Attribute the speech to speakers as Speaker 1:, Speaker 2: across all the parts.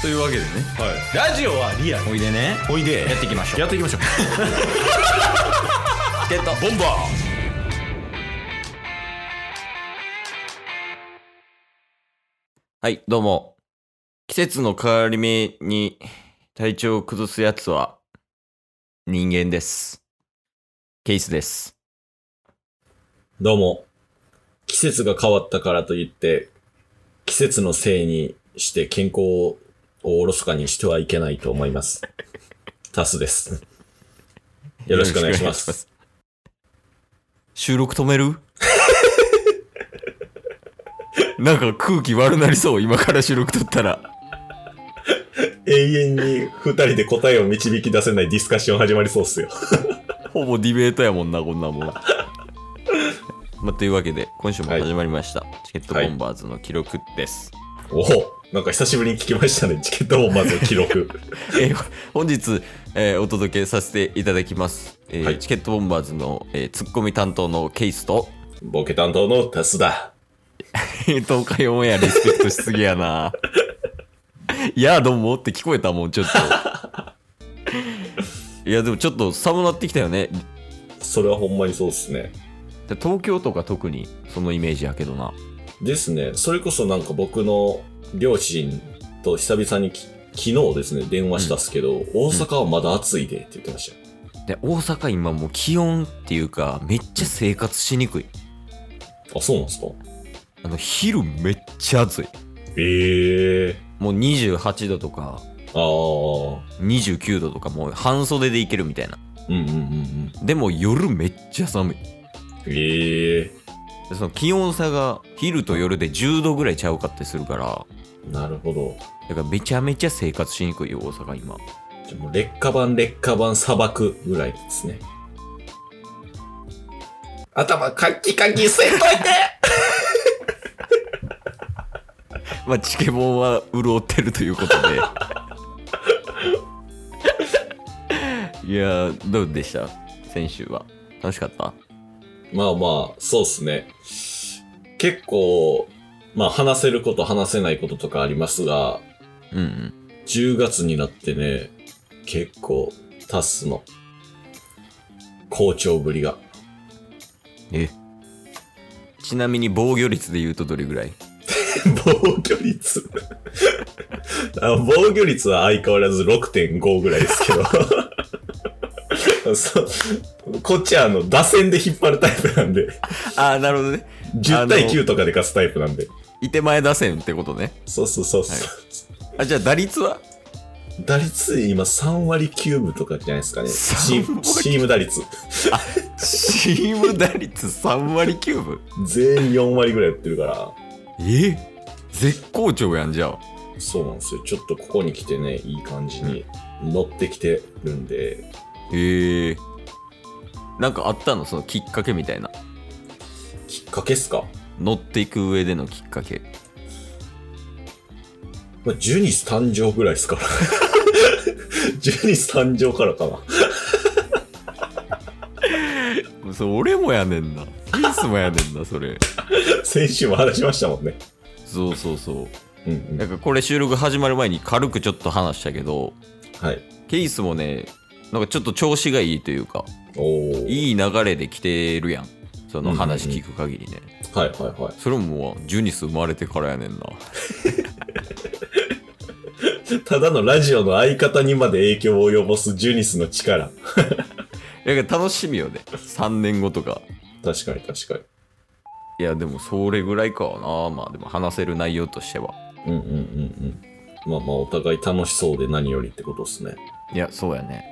Speaker 1: というわけでね
Speaker 2: はい、ラジオはリアル
Speaker 1: おいでね
Speaker 2: おいで
Speaker 1: やっていきましょう
Speaker 2: やっていきましょう
Speaker 1: ゲット
Speaker 2: ボンバ
Speaker 1: はいどうも季節の変わり目に体調を崩すやつは人間ですケースです
Speaker 2: ーどうも季節が変わったからといって季節のせいにして健康をおろそかにしてはいけないと思いますタスですよろしくお願いします
Speaker 1: 収録止め るなんか空気悪なりそう今から収録取ったら
Speaker 2: 永遠に二人で答えを導き出せないディスカッション始まりそうっすよ
Speaker 1: ほぼディベートやもんな、こんなもん。 まあ、というわけで、今週も始まりました、チケットボンバーズの記録です。
Speaker 2: おおなんか久しぶりに聞きましたねチケットボンバーズの記録
Speaker 1: えー本日、えーお届けさせていただきます。えー
Speaker 2: はい
Speaker 1: チケットボンバーズの、えーツッコミ担当のケースと、
Speaker 2: ボケ担当のタスだ
Speaker 1: 東海オンエアリスペクトしすぎやな。 いや、どうもって聞こえたもん、ちょっと。 いや、でもちょっと寒なってきたよね。
Speaker 2: それはほんまにそうっすね
Speaker 1: で東京とか特にそのイメージやけどな。
Speaker 2: ですね。それこそなんか僕の両親と久々にき昨日ですね、電話したっすけど、大阪はまだ暑いでって言ってました
Speaker 1: で
Speaker 2: よ。
Speaker 1: 大阪今もう気温っていうかめっちゃ生活しにくい
Speaker 2: あ、そうなんですか
Speaker 1: あの昼めっちゃ暑い
Speaker 2: ええ
Speaker 1: もう28度とか
Speaker 2: ああ。
Speaker 1: 29度とかもう半袖でいけるみたいな
Speaker 2: うんうんうんうん。
Speaker 1: でも夜めっちゃ寒い
Speaker 2: ええ
Speaker 1: でその気温差が昼と夜で10度ぐらいちゃうかってするから
Speaker 2: なるほど。
Speaker 1: だからめちゃめちゃ生活しにくいよ大阪今
Speaker 2: じゃあもう劣化版劣化版砂漠ぐらいですね。頭カッキカキせんといて
Speaker 1: まあチケボンは潤ってるということでいやーどうでした先週は楽しかった
Speaker 2: まあまあ、そうっすね。結構、まあ話せること話せないこととかありますが、
Speaker 1: うんうん
Speaker 2: 10月になってね、結構、タスの、好調ぶりが。
Speaker 1: えちなみに防御率で言うとどれぐらい
Speaker 2: 防御率 あ防御率は相変わらず6.5ぐらいですけど。 そこっちはあの、打線で引っ張るタイプなんで、
Speaker 1: ああなるほどね
Speaker 2: 10対9とかで勝つタイプなんで。
Speaker 1: いて前打線ってことね
Speaker 2: そうそうそうそう。
Speaker 1: あじゃあ打率は
Speaker 2: 打率今3割9分とかじゃないですかね。チー
Speaker 1: 3
Speaker 2: ム
Speaker 1: 割
Speaker 2: チーム打率。
Speaker 1: チーム打率3割9分
Speaker 2: 全員4割ぐらいやってるから。
Speaker 1: え絶好調やんじゃあ
Speaker 2: そうなんですよ。ちょっとここに来てね、いい感じに乗ってきてるんで、
Speaker 1: へえなんかあったのそのきっかけみたいな
Speaker 2: きっかけっすか。
Speaker 1: 乗っていく上でのきっかけ
Speaker 2: まあ、ジュニス誕生ぐらいっすから。 ジュニス誕生からかな。
Speaker 1: そう俺もやねんなケースもやねんなそれ
Speaker 2: 先週も話しましたもんね。
Speaker 1: そうそうそう
Speaker 2: うんう
Speaker 1: なん
Speaker 2: ん。
Speaker 1: かこれ収録始まる前に軽くちょっと話したけど
Speaker 2: はい。
Speaker 1: ケースもねなんかちょっと調子がいいというか
Speaker 2: おお。い。
Speaker 1: いい流れで来てるやんその話聞く限りね、
Speaker 2: はいはいは。
Speaker 1: それももうジュニス生まれてからやねんない
Speaker 2: ただのラジオの相方にまで影響を及ぼすジュニスの力。
Speaker 1: だから楽しみよね3年後とか
Speaker 2: 確かに確か
Speaker 1: いやでもそれぐらいかなまあでも話せる内容としては
Speaker 2: に。うんうんうんうん。まあまあ、お互い楽しそうで何よりってことっすね。
Speaker 1: いやそうやね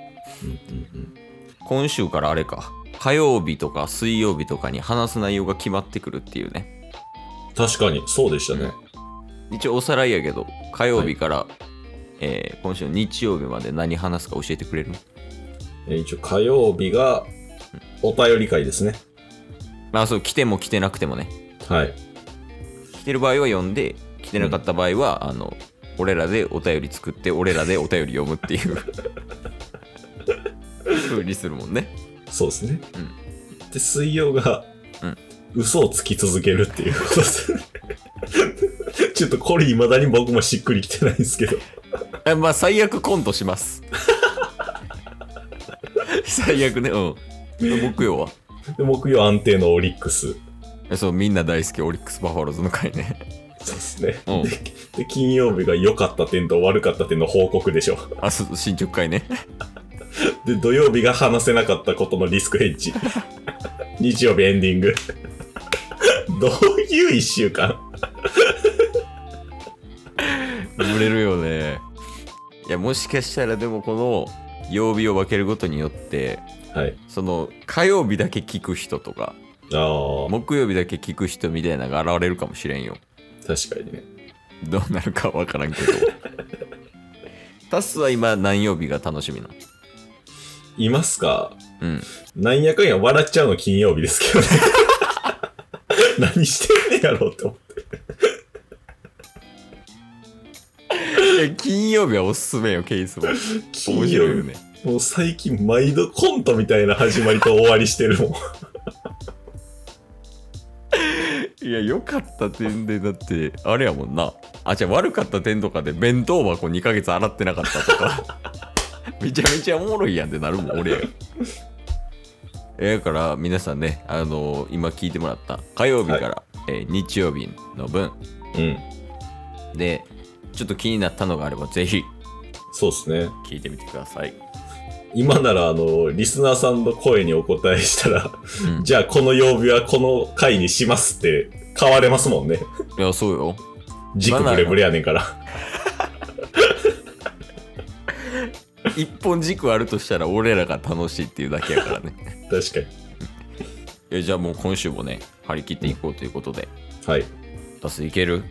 Speaker 2: うんうん
Speaker 1: 今週からあれか火曜日とか水曜日とかに話す内容が決まってくるっていうね
Speaker 2: うん。確かに、そうでしたね。
Speaker 1: 一応おさらいやけど火曜日から、えー今週の日曜日まで何話すか教えてくれる
Speaker 2: え一応火曜日がお便り会ですね。
Speaker 1: まあそう来ても来てなくてもね
Speaker 2: はい。
Speaker 1: 来てる場合は読んで来てなかった場合は、あの俺らでお便り作って俺らでお便り読むって いう風にするもんね
Speaker 2: そうですね。で、水曜が、
Speaker 1: うん
Speaker 2: 嘘をつき続けるって いうことですね。ちょっとこれ未だに僕もしっくりきてないんですけど。
Speaker 1: えまあ最悪コントします 最悪ねうん木曜は
Speaker 2: で木曜安定のオリックス。
Speaker 1: えそうみんな大好きオリックスバファローズの回ね
Speaker 2: そうですね。
Speaker 1: うん
Speaker 2: でで、金曜日が良かった点と悪かった点の報告でしょ。
Speaker 1: あそう進捗回ね
Speaker 2: で、土曜日が話せなかったことのリスクヘッジ。 日曜日エンディング。どういう一週間
Speaker 1: 売れるよねいやもしかしたらでもこの曜日を分けることによって
Speaker 2: はい。
Speaker 1: その火曜日だけ聞く人とか
Speaker 2: ああ、
Speaker 1: 木曜日だけ聞く人みたいなのが現れるかもしれんよ
Speaker 2: 確かにね。
Speaker 1: どうなるか分からん けどタスは今何曜日が楽しみなの
Speaker 2: いますか
Speaker 1: うん
Speaker 2: なんやかんや笑っちゃうの金曜日です けどね。何してんねやろうって思って。
Speaker 1: いや金曜日はおすすめよケースも面白いよね
Speaker 2: もう最近毎度コントみたいな始まりと終わりしてるも ん。
Speaker 1: いや良かった点でだってあれやもんなあじゃあ悪かった点とかで弁当箱2ヶ月洗ってなかったとか めちゃめちゃおもろいやんってなるもん俺やえだから皆さんねあの今聞いてもらった火曜日から、えー日曜日の分
Speaker 2: うん。
Speaker 1: でちょっと気になったのがあればぜひ
Speaker 2: そうですね。
Speaker 1: 聞いてみてください、
Speaker 2: 今なら、あの、リスナーさんの声にお答えしたら、
Speaker 1: うん、
Speaker 2: じゃあこの曜日はこの回にしますって、変われますもんね。
Speaker 1: いやそうよ
Speaker 2: 軸ブレブレやねんから。
Speaker 1: 一本軸あるとしたら俺らが楽しいっていうだけやからね
Speaker 2: 確かに。
Speaker 1: いやじゃあもう今週もね張り切っていこうということで
Speaker 2: はい。
Speaker 1: 出すいける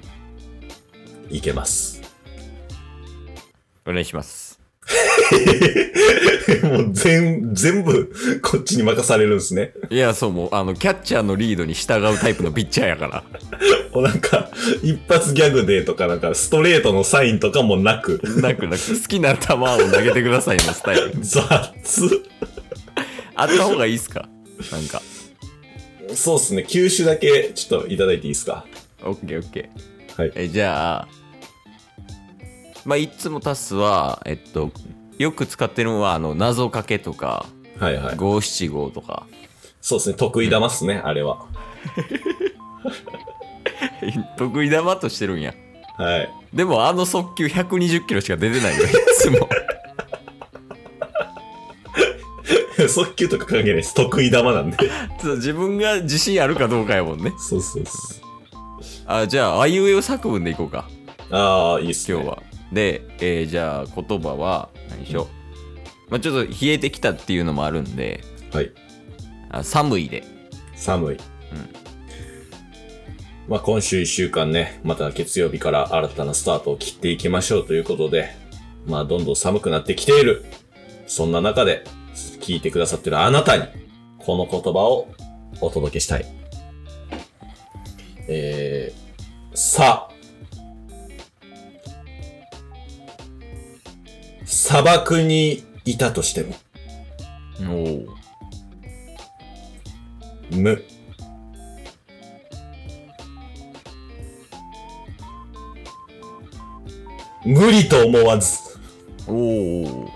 Speaker 2: いけます。
Speaker 1: お願いします
Speaker 2: もう全、全部、こっちに任されるんですね。
Speaker 1: いやそうもうあのキャッチャーのリードに従うタイプのピッチャーやから
Speaker 2: もうなんか、一発ギャグでとか、なんか、ストレートのサインとかもなく、
Speaker 1: なくなく好きな球を投げてくださいのスタイル
Speaker 2: 雑。
Speaker 1: あった方がいいっすかなんか
Speaker 2: そうですね。球種だけ、ちょっといただいていいですか。
Speaker 1: オッケーオッケー
Speaker 2: はい
Speaker 1: えじゃあまあいつもタスはえっとよく使ってるのはあの謎かけとか
Speaker 2: はいはい。
Speaker 1: 五七五とか
Speaker 2: そうですね。得意玉っすね、あれは。
Speaker 1: 得意玉としてるんや
Speaker 2: はい。
Speaker 1: でもあの速球120キロしか出て ないよいつも
Speaker 2: 速球とか関係ないです。得意玉なんで。
Speaker 1: そう自分が自信あるかどうかやもんね
Speaker 2: そうそうそう。
Speaker 1: あじゃああいうえお作文でいこうか
Speaker 2: ああ、いいっすね。
Speaker 1: 今日。は。で、えーじゃあ言葉は何でしょう、まあ、ちょっと冷えてきたっていうのもあるんで
Speaker 2: はい。
Speaker 1: あ寒いで
Speaker 2: 寒い。まあ今週一週間ね、また月曜日から新たなスタートを切っていきましょうということで、まあどんどん寒くなってきている。そんな中で、聞いてくださってるあなたに、この言葉をお届けしたい。えー、さ。砂漠にいたとしても、
Speaker 1: お
Speaker 2: 無。無理と思わず、
Speaker 1: おお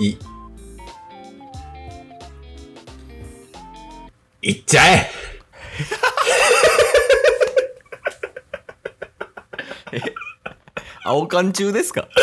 Speaker 2: い。いっちゃえ
Speaker 1: 青缶中ですか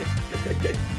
Speaker 3: す